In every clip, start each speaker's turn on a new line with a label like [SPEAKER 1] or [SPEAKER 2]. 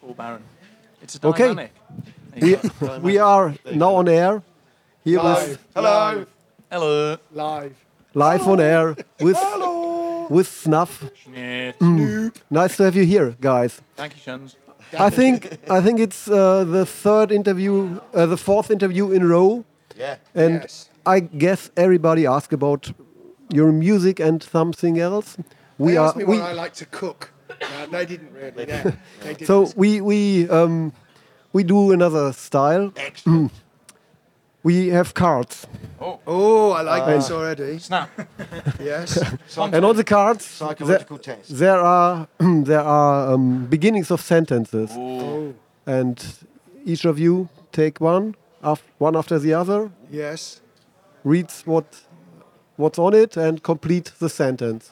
[SPEAKER 1] Paul Barron. It's a
[SPEAKER 2] Okay.
[SPEAKER 1] dynamic. There you
[SPEAKER 2] We,
[SPEAKER 1] go.
[SPEAKER 2] we are now on air here with
[SPEAKER 3] Hello.
[SPEAKER 1] Hello.
[SPEAKER 3] Live.
[SPEAKER 2] live on air with with snuff.
[SPEAKER 1] Yeah.
[SPEAKER 3] Mm.
[SPEAKER 2] Nice to have you here, guys.
[SPEAKER 1] Thank you, Shans.
[SPEAKER 2] I think I think it's uh, the third interview, uh, the fourth interview in a row,
[SPEAKER 3] Yeah.
[SPEAKER 2] and I guess everybody asked about your music and something else. We
[SPEAKER 3] they
[SPEAKER 2] are
[SPEAKER 3] asked me
[SPEAKER 2] we,
[SPEAKER 3] what I like to cook. No, they didn't really. They didn't. They didn't.
[SPEAKER 2] so we we um, we do another style. mm.
[SPEAKER 3] Excellent.
[SPEAKER 2] We have cards,
[SPEAKER 3] Oh, I like this
[SPEAKER 2] Uh,
[SPEAKER 3] already.
[SPEAKER 1] Snap.
[SPEAKER 3] Yes.
[SPEAKER 2] and on the cards there-
[SPEAKER 4] Psychological test.
[SPEAKER 2] there are there are um, beginnings of sentences,
[SPEAKER 3] oh,
[SPEAKER 2] and each of you take one, af- one after the other,
[SPEAKER 3] yes.
[SPEAKER 2] reads what what's on it, and complete the sentence.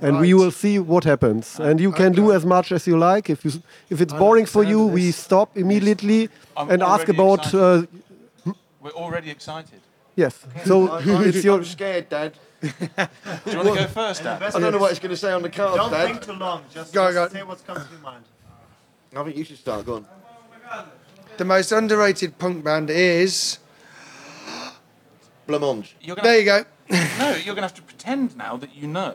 [SPEAKER 2] And we
[SPEAKER 3] Right.
[SPEAKER 2] will see what happens. And you can do
[SPEAKER 3] Okay.
[SPEAKER 2] as much as you like. If you s- if it's boring for
[SPEAKER 3] sound
[SPEAKER 2] you,
[SPEAKER 3] of
[SPEAKER 2] we
[SPEAKER 3] this.
[SPEAKER 2] stop immediately
[SPEAKER 1] I'm
[SPEAKER 2] and ask
[SPEAKER 1] already
[SPEAKER 2] about. Uh,
[SPEAKER 1] excited. We're already excited.
[SPEAKER 2] yes. So
[SPEAKER 4] I,
[SPEAKER 2] it's your.
[SPEAKER 4] am scared, Dad.
[SPEAKER 1] Do you want to go first, Dad?
[SPEAKER 4] I don't know what it's going to say on the cards,
[SPEAKER 5] Don't
[SPEAKER 4] Dad.
[SPEAKER 5] think too long. Just,
[SPEAKER 3] Go,
[SPEAKER 5] just
[SPEAKER 3] go.
[SPEAKER 5] say what's comes to your mind.
[SPEAKER 4] I think you should start. Go on.
[SPEAKER 3] The most underrated punk band is.
[SPEAKER 4] Blamange.
[SPEAKER 1] You're gonna
[SPEAKER 3] There you go.
[SPEAKER 1] No, you're going to have to pretend now that you know.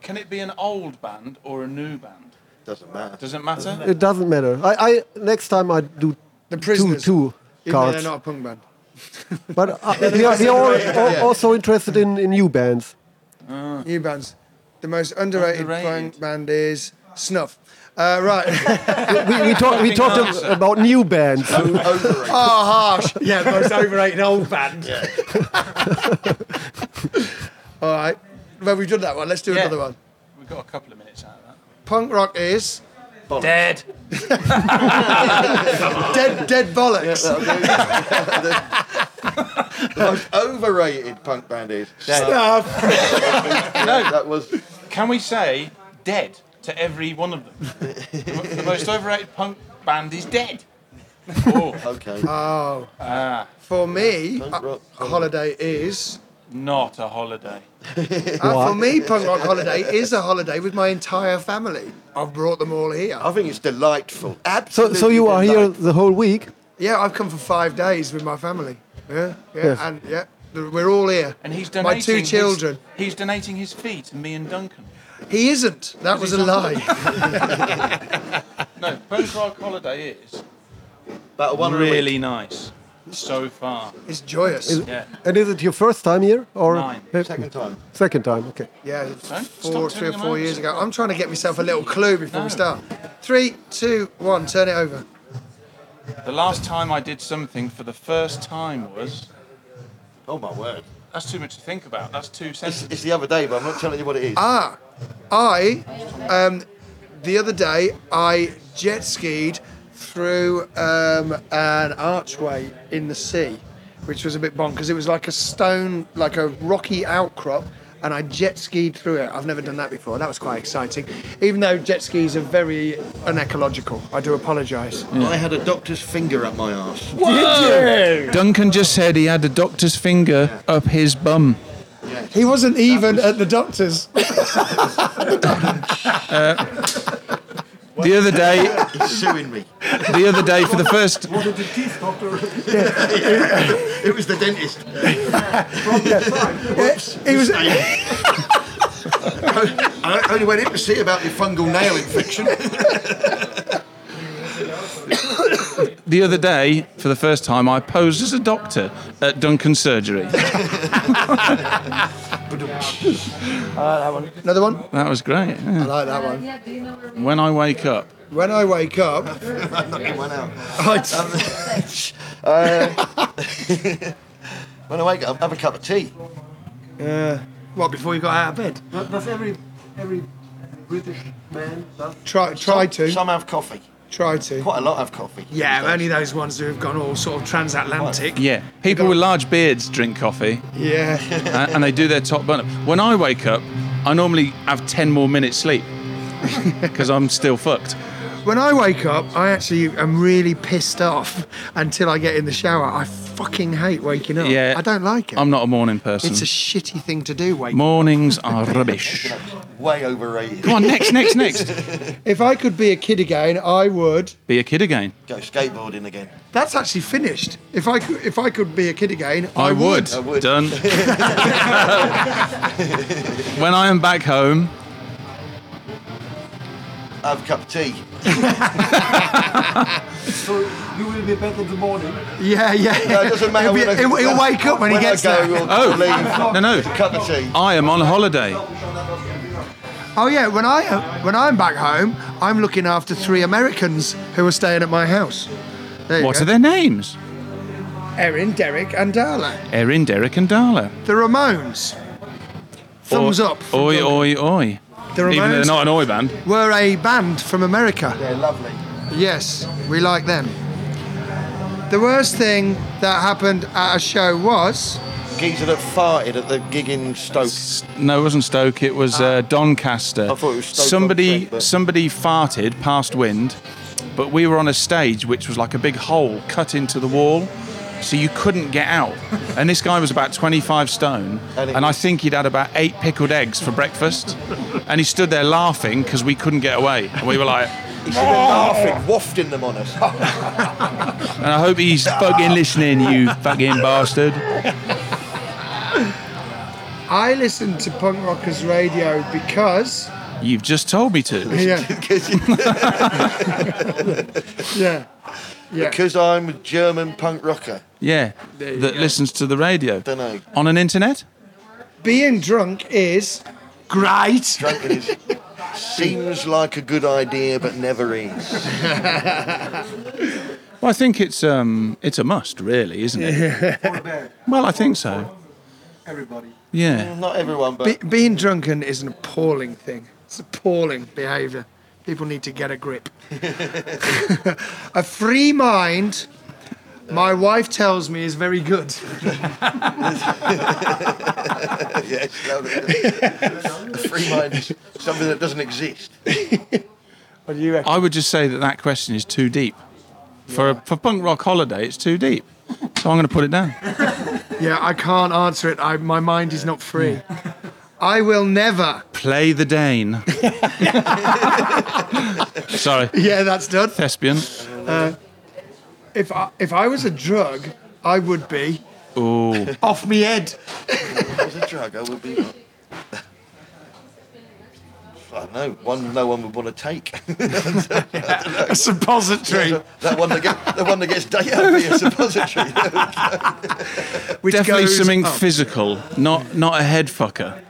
[SPEAKER 1] Can it be an old band or a new band?
[SPEAKER 4] Doesn't matter.
[SPEAKER 1] Does it matter?
[SPEAKER 2] It doesn't matter. I, I next time I do
[SPEAKER 3] The
[SPEAKER 2] two
[SPEAKER 3] prisoners.
[SPEAKER 2] two
[SPEAKER 3] Even though they're
[SPEAKER 2] cards.
[SPEAKER 3] not a punk band.
[SPEAKER 2] But uh, we are, we are all, all- also interested in, in new bands.
[SPEAKER 3] New bands. The most underrated,
[SPEAKER 1] Underrated.
[SPEAKER 3] punk band is Snuff. Uh, right.
[SPEAKER 2] We, we, talk, we talked ab- about new bands.
[SPEAKER 3] oh, harsh.
[SPEAKER 6] Yeah, the most overrated old band.
[SPEAKER 3] All right. Well, we've done that one. Let's do
[SPEAKER 1] Yeah.
[SPEAKER 3] another one.
[SPEAKER 1] We've got a couple of minutes out of that.
[SPEAKER 3] Punk rock is
[SPEAKER 1] Dead.
[SPEAKER 3] dead, dead bollocks.
[SPEAKER 4] That'll do. the most overrated punk band is. Yeah, that was.
[SPEAKER 1] Can we say dead to every one of them? the mo- the most overrated punk band is dead. Oh,
[SPEAKER 4] Okay.
[SPEAKER 3] Oh. for me,
[SPEAKER 4] Punk
[SPEAKER 3] uh,
[SPEAKER 4] rock
[SPEAKER 3] holiday is.
[SPEAKER 1] not a holiday.
[SPEAKER 3] Uh, for me, punk rock holiday is a holiday with my entire family. I've brought them all here.
[SPEAKER 4] I think it's delightful.
[SPEAKER 2] So,
[SPEAKER 4] Absolutely.
[SPEAKER 2] so you are here
[SPEAKER 4] delightful.
[SPEAKER 2] the whole week.
[SPEAKER 3] Yeah, I've come for five days with my family. Yeah, yeah,
[SPEAKER 2] Yes.
[SPEAKER 3] and yeah, th- we're all here.
[SPEAKER 1] And he's donating.
[SPEAKER 3] my two
[SPEAKER 1] his-
[SPEAKER 3] children.
[SPEAKER 1] he's donating his fee to me and Duncan.
[SPEAKER 3] He isn't. That was a lie.
[SPEAKER 1] No, Punk Rock Holiday is
[SPEAKER 4] But one really.
[SPEAKER 1] really nice so far.
[SPEAKER 3] It's joyous.
[SPEAKER 1] Yeah.
[SPEAKER 2] And is it your first time here or eh,
[SPEAKER 1] Nine.
[SPEAKER 4] Second time.
[SPEAKER 2] second time? Okay.
[SPEAKER 3] Yeah, it's
[SPEAKER 1] Don't
[SPEAKER 3] four,
[SPEAKER 1] stop
[SPEAKER 3] three or
[SPEAKER 1] turning
[SPEAKER 3] four
[SPEAKER 1] them
[SPEAKER 3] years
[SPEAKER 1] over.
[SPEAKER 3] ago. I'm trying to get myself a little clue before
[SPEAKER 1] No.
[SPEAKER 3] we start. Three, two, one. Turn it over.
[SPEAKER 1] The last time I did something for the first time was.
[SPEAKER 4] Oh my word.
[SPEAKER 1] That's too much to think about. That's two
[SPEAKER 4] It's,
[SPEAKER 1] sentences.
[SPEAKER 4] it's the other day, but I'm not telling you what it is.
[SPEAKER 3] Ah, I, um, the other day, I jet skied through um, an archway in the sea, which was a bit bonkers. It was like a stone, like a rocky outcrop, and I jet skied through it. I've never done that before. That was quite exciting, even though jet skis are very unecological. I do apologise.
[SPEAKER 4] I had a doctor's finger up my arse.
[SPEAKER 1] Duncan just said he had a doctor's finger up his bum.
[SPEAKER 3] He wasn't even at the doctor's.
[SPEAKER 1] The other day,
[SPEAKER 4] He's suing me.
[SPEAKER 1] the other day for the first
[SPEAKER 4] It was the dentist.
[SPEAKER 3] He was.
[SPEAKER 4] I only went in to see about your fungal nail infection.
[SPEAKER 1] the other day for the first time I posed as a doctor at Duncan's surgery.
[SPEAKER 3] Another one.
[SPEAKER 1] That was great. yeah.
[SPEAKER 3] I like that one.
[SPEAKER 7] Uh, Yeah, do you know where we
[SPEAKER 1] When I wake up,
[SPEAKER 3] When I wake up,
[SPEAKER 4] Knocking one out. Um,
[SPEAKER 3] I t-
[SPEAKER 4] uh, When I wake up, have a cup of tea.
[SPEAKER 3] what before you got out of bed?
[SPEAKER 4] But does every every British man does?
[SPEAKER 3] Try, try to,
[SPEAKER 4] Some have coffee.
[SPEAKER 3] try to.
[SPEAKER 4] Quite a lot have coffee.
[SPEAKER 6] Yeah, only those ones who have gone all sort of transatlantic.
[SPEAKER 1] yeah, people with large beards drink coffee uh,
[SPEAKER 3] Yeah.
[SPEAKER 1] and, and they do their top bun up. When I wake up, I normally have 10 more minutes sleep because I'm still fucked.
[SPEAKER 3] when I wake up, I actually am really pissed off until I get in the shower. I fucking hate waking up.
[SPEAKER 1] Yeah.
[SPEAKER 3] I don't like it.
[SPEAKER 1] I'm not a morning person.
[SPEAKER 3] it's a shitty thing to do. Wake.
[SPEAKER 1] Mornings are rubbish.
[SPEAKER 4] Way overrated.
[SPEAKER 1] Come on, next, next, next.
[SPEAKER 3] If I could be a kid again, I would.
[SPEAKER 1] Be a kid again.
[SPEAKER 4] Go skateboarding again.
[SPEAKER 3] That's actually finished. If I could, if I could be a kid again, I,
[SPEAKER 4] I would.
[SPEAKER 1] Done. when I am back home,
[SPEAKER 4] Have a cup of tea.
[SPEAKER 5] So you will be better in the morning.
[SPEAKER 3] Yeah, yeah.
[SPEAKER 4] No, it doesn't
[SPEAKER 3] He'll,
[SPEAKER 4] matter.
[SPEAKER 3] be-
[SPEAKER 4] when I-
[SPEAKER 3] he'll- he'll wake up when, he gets
[SPEAKER 4] I
[SPEAKER 3] there.
[SPEAKER 4] go,
[SPEAKER 1] Oh.
[SPEAKER 4] Or leave.
[SPEAKER 1] no, no,
[SPEAKER 4] Cup of tea.
[SPEAKER 1] I am on holiday.
[SPEAKER 3] Oh yeah, when I when I'm back home, I'm looking after three Americans who are staying at my house. There you
[SPEAKER 1] What
[SPEAKER 3] go.
[SPEAKER 1] are their names?
[SPEAKER 3] Erin, Derek, and Darla.
[SPEAKER 1] Erin, Derek, and Darla.
[SPEAKER 3] The Ramones. Thumbs
[SPEAKER 1] Oi-
[SPEAKER 3] up. from
[SPEAKER 1] Oi,
[SPEAKER 3] Duncan.
[SPEAKER 1] oi, oi.
[SPEAKER 3] The
[SPEAKER 1] Oh, Even though they're
[SPEAKER 3] Ramones
[SPEAKER 1] not an oi band.
[SPEAKER 3] were a band from America.
[SPEAKER 4] Yeah, lovely.
[SPEAKER 3] Yes, we like them. The worst thing that happened at a show was
[SPEAKER 4] Geezer that farted at the gig in Stoke.
[SPEAKER 1] No, it wasn't Stoke. It was uh, Doncaster.
[SPEAKER 4] Ah. I thought it was Stoke
[SPEAKER 1] Somebody,
[SPEAKER 4] on Trent, but-
[SPEAKER 1] somebody farted past wind, but we were on a stage which was like a big hole cut into the wall, so you couldn't get out. And this guy was about 25 stone,
[SPEAKER 4] And
[SPEAKER 1] and,
[SPEAKER 4] it
[SPEAKER 1] I
[SPEAKER 4] was-
[SPEAKER 1] think he'd had about eight pickled eggs for breakfast, and he stood there laughing because we couldn't get away. And we were like,
[SPEAKER 3] Oh.
[SPEAKER 4] He should have been laughing, wafting them on us.
[SPEAKER 1] and I hope he's fucking listening, you fucking bastard.
[SPEAKER 3] I listened to punk rockers radio because
[SPEAKER 1] You've just told me to.
[SPEAKER 3] yeah, yeah, yeah.
[SPEAKER 4] Because I'm a German punk rocker.
[SPEAKER 1] Yeah, that listens to the radio.
[SPEAKER 4] Dunno.
[SPEAKER 1] On an internet?
[SPEAKER 3] Being drunk is great.
[SPEAKER 4] Drunken is. Seems like a good idea, but never is.
[SPEAKER 1] Well, I think it's um, it's a must, really, isn't it? well, I think so.
[SPEAKER 5] Everybody.
[SPEAKER 1] Yeah.
[SPEAKER 4] Not everyone, but
[SPEAKER 3] Be- being drunken is an appalling thing. It's appalling behaviour. People need to get a grip. a free mind, my wife tells me, is very good.
[SPEAKER 4] yes, no, no, no. a free mind is something that doesn't exist.
[SPEAKER 3] What do you reckon?
[SPEAKER 1] I would just say that that question is too deep for a, for punk rock holiday. It's too deep, so I'm going to put it down.
[SPEAKER 3] Yeah, I can't answer it. I, my mind is not free. I will never.
[SPEAKER 1] Play the Dane. Sorry,
[SPEAKER 3] Yeah, that's done.
[SPEAKER 1] thespian.
[SPEAKER 3] If I, if I was a drug, I would be
[SPEAKER 1] Oh,
[SPEAKER 3] off me head.
[SPEAKER 4] If I was a drug, I would be. I don't know, one no one would want to take.
[SPEAKER 3] A suppository.
[SPEAKER 4] that one that, get, the one that gets day out of a suppository.
[SPEAKER 3] Which
[SPEAKER 1] definitely
[SPEAKER 3] goes
[SPEAKER 1] something
[SPEAKER 3] up.
[SPEAKER 1] physical, not not a head fucker.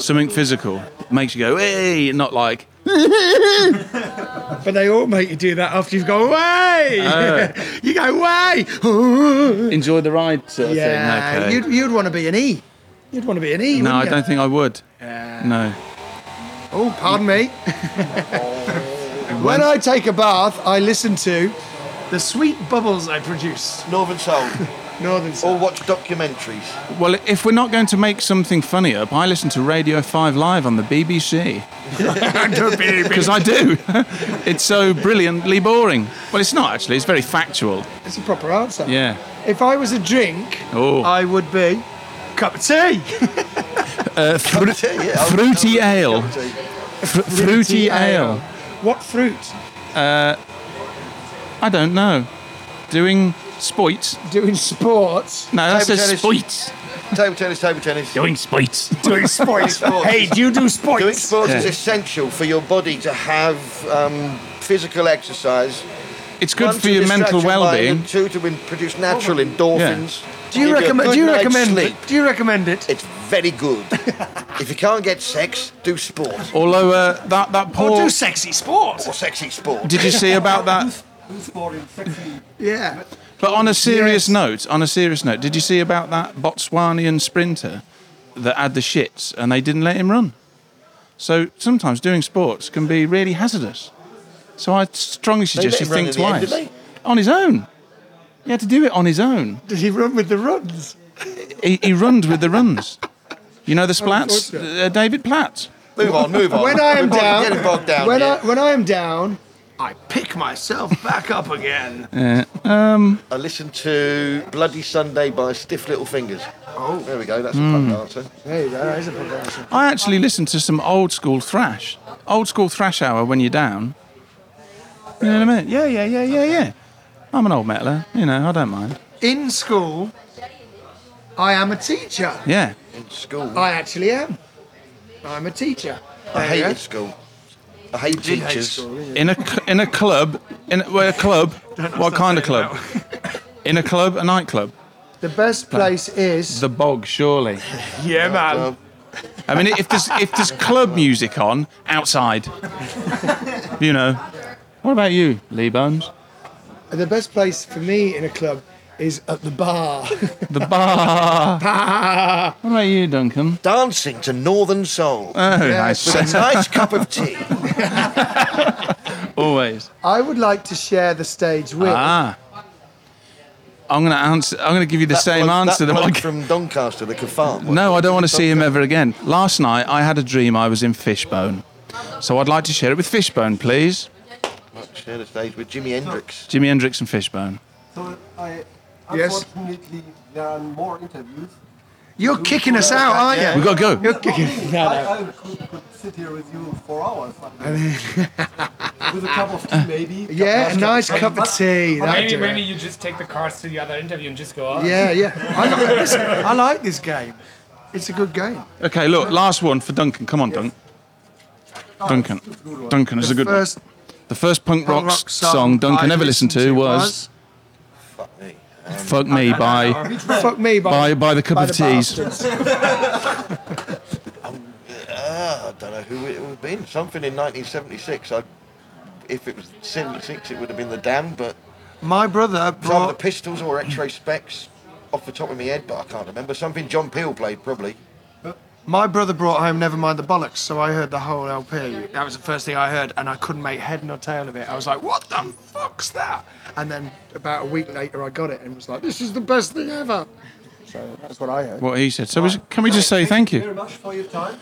[SPEAKER 1] Something physical makes you go hey, not like
[SPEAKER 3] But they all make you do that after you've gone away. you go away.
[SPEAKER 1] enjoy the ride sort of
[SPEAKER 3] yeah,
[SPEAKER 1] thing. Okay.
[SPEAKER 3] you'd, you'd want to be an E. You'd want to be an E.
[SPEAKER 1] no, I
[SPEAKER 3] wouldn't you?
[SPEAKER 1] don't think I would. No.
[SPEAKER 3] Oh, pardon me. when I take a bath, I listen to the sweet bubbles I produce.
[SPEAKER 4] Northern Soul,
[SPEAKER 3] Northern Soul.
[SPEAKER 4] or watch documentaries.
[SPEAKER 1] Well, if we're not going to make something funny up, I listen to Radio 5 Live on the BBC.
[SPEAKER 3] E.
[SPEAKER 1] Because I do. it's so brilliantly boring. Well, it's not actually, it's very factual.
[SPEAKER 3] It's a proper answer.
[SPEAKER 1] Yeah.
[SPEAKER 3] If I was a drink,
[SPEAKER 1] Oh.
[SPEAKER 3] I would be cup of tea.
[SPEAKER 4] Yeah, I would-
[SPEAKER 1] Uh, fruity
[SPEAKER 4] I
[SPEAKER 1] ale.
[SPEAKER 4] would take it.
[SPEAKER 1] Fr- fruity ale.
[SPEAKER 3] What fruit?
[SPEAKER 1] I don't know. Doing spoits?
[SPEAKER 3] Doing sports.
[SPEAKER 1] No, that
[SPEAKER 4] Table
[SPEAKER 1] says
[SPEAKER 4] tennis.
[SPEAKER 1] spoits.
[SPEAKER 4] Table tennis, table tennis.
[SPEAKER 1] Doing spoits.
[SPEAKER 3] Doing sports. hey, do you do sports?
[SPEAKER 4] Doing sports is
[SPEAKER 1] Yeah.
[SPEAKER 4] essential for your body to have um, physical exercise.
[SPEAKER 1] It's good
[SPEAKER 4] one,
[SPEAKER 1] for
[SPEAKER 4] to
[SPEAKER 1] your
[SPEAKER 4] distract
[SPEAKER 1] mental
[SPEAKER 4] your mind,
[SPEAKER 1] well-being.
[SPEAKER 4] and Two, to in- produce natural endorphins.
[SPEAKER 3] Oh. Do you
[SPEAKER 4] Give a
[SPEAKER 3] recommend?
[SPEAKER 4] good
[SPEAKER 3] Do you
[SPEAKER 4] night's
[SPEAKER 3] recommend
[SPEAKER 4] sleep.
[SPEAKER 3] it? Do you recommend it?
[SPEAKER 4] It's very good. if you can't get sex, do sport
[SPEAKER 1] Although uh, that, that
[SPEAKER 3] Or
[SPEAKER 1] poor...
[SPEAKER 3] do sexy sport?
[SPEAKER 4] or sexy sport.
[SPEAKER 1] Did you see about that?
[SPEAKER 5] Who's more in sexy?
[SPEAKER 3] Yeah.
[SPEAKER 1] But on a serious
[SPEAKER 3] Yes.
[SPEAKER 1] note, on a serious note, did you see about that Botswanian sprinter that had the shits and they didn't let him run? So sometimes doing sports can be really hazardous. So I strongly suggest you
[SPEAKER 4] him run
[SPEAKER 1] think
[SPEAKER 4] in the end,
[SPEAKER 1] twice.
[SPEAKER 4] did
[SPEAKER 1] on his own. He had to do it on his own.
[SPEAKER 3] Did he run with the runs?
[SPEAKER 1] He, he runned with the runs. You know the splats? Uh, David Platt.
[SPEAKER 4] Move on, move on.
[SPEAKER 3] When I am
[SPEAKER 4] We're
[SPEAKER 3] down,
[SPEAKER 4] Getting bogged down
[SPEAKER 3] when
[SPEAKER 4] here.
[SPEAKER 3] I when I am down,
[SPEAKER 6] I pick myself back up again.
[SPEAKER 4] I listened to Bloody Sunday by Stiff Little Fingers. Oh, there we go. That's
[SPEAKER 1] Hmm.
[SPEAKER 4] a punk answer.
[SPEAKER 3] There you go. That is a good answer.
[SPEAKER 1] I actually listened to some old school thrash. Old school thrash hour when you're down. You know what I mean? Yeah, yeah, yeah, yeah, yeah. I'm an old metaler, you know, I don't mind.
[SPEAKER 3] In school, I am a teacher.
[SPEAKER 1] Yeah.
[SPEAKER 4] In school, I,
[SPEAKER 3] I actually am. I'm a teacher.
[SPEAKER 4] hated
[SPEAKER 3] Yeah.
[SPEAKER 4] school. I hate teachers.
[SPEAKER 1] In a cl- in a club, in a, well, a club. What kind of club? in a club, a nightclub.
[SPEAKER 3] The best place is
[SPEAKER 1] The bog, surely.
[SPEAKER 6] Yeah, man.
[SPEAKER 1] I mean, if there's if there's club music on outside, you know. What about you, Lee Bones?
[SPEAKER 3] the best place for me in a club is at the bar.
[SPEAKER 1] The bar.
[SPEAKER 3] Ah.
[SPEAKER 1] what about you, Duncan?
[SPEAKER 4] Dancing to Northern Soul
[SPEAKER 1] Oh, nice.
[SPEAKER 4] with a nice cup of tea.
[SPEAKER 1] Always.
[SPEAKER 3] I would like to share the stage with.
[SPEAKER 1] Ah. I'm gonna answer. I'm gonna give you the
[SPEAKER 4] That
[SPEAKER 1] same
[SPEAKER 4] bloke-
[SPEAKER 1] answer
[SPEAKER 4] that
[SPEAKER 1] that I
[SPEAKER 4] bloke from Doncaster, the Kafan.
[SPEAKER 1] No, I don't want to see him ever again. Last night, I had a dream I was in Fishbone. So I'd like to share it with Fishbone, please.
[SPEAKER 4] Share the stage with Jimi Hendrix.
[SPEAKER 1] Jimi Hendrix and Fishbone.
[SPEAKER 5] So I
[SPEAKER 3] Yes.
[SPEAKER 5] unfortunately there are more interviews.
[SPEAKER 3] You're kicking us out, aren't you?
[SPEAKER 1] We've got to go.
[SPEAKER 3] You're kicking.
[SPEAKER 5] I, I could, could sit here with you for hours. I mean. with a cup of tea, maybe.
[SPEAKER 3] Yeah, a nice cup of tea. that'd
[SPEAKER 7] Maybe,
[SPEAKER 3] do it.
[SPEAKER 7] maybe you just take the cards to the other interview and just go "Oh, on.
[SPEAKER 3] Yeah, yeah. I like, listen, I like this game. It's a good game.
[SPEAKER 1] Okay, look, last one for Duncan. Come on, Dunk. Duncan. Duncan is a good one.
[SPEAKER 3] First
[SPEAKER 1] The first punk rock,
[SPEAKER 3] punk rock
[SPEAKER 1] s- song Duncan
[SPEAKER 3] I
[SPEAKER 1] ever listened to was
[SPEAKER 4] Fuck me.
[SPEAKER 1] Fuck Me by,
[SPEAKER 3] was Fuck Me by,
[SPEAKER 1] by, by the Cup
[SPEAKER 3] by
[SPEAKER 1] of
[SPEAKER 3] the
[SPEAKER 1] Teas.
[SPEAKER 3] Bastards.
[SPEAKER 4] Ah, I don't know who it would have been. Something in 1976. I, if it was 76, it would have been The Dam, but
[SPEAKER 3] My brother
[SPEAKER 4] it's either the
[SPEAKER 3] brought.
[SPEAKER 4] Pistols or X-Ray Specs off the top of my head, but I can't remember. Something John Peel played, probably.
[SPEAKER 3] My brother brought home Nevermind the Bollocks, so I heard the whole LP. That was the first thing I heard, and I couldn't make head nor tail of it. I was like, "What the fuck's that?" And then about a week later, I got it and was like, "This is the best thing ever." So that's what I heard.
[SPEAKER 1] What he said. So we, should- can we just say thank
[SPEAKER 5] Very
[SPEAKER 1] you?
[SPEAKER 5] much for your time.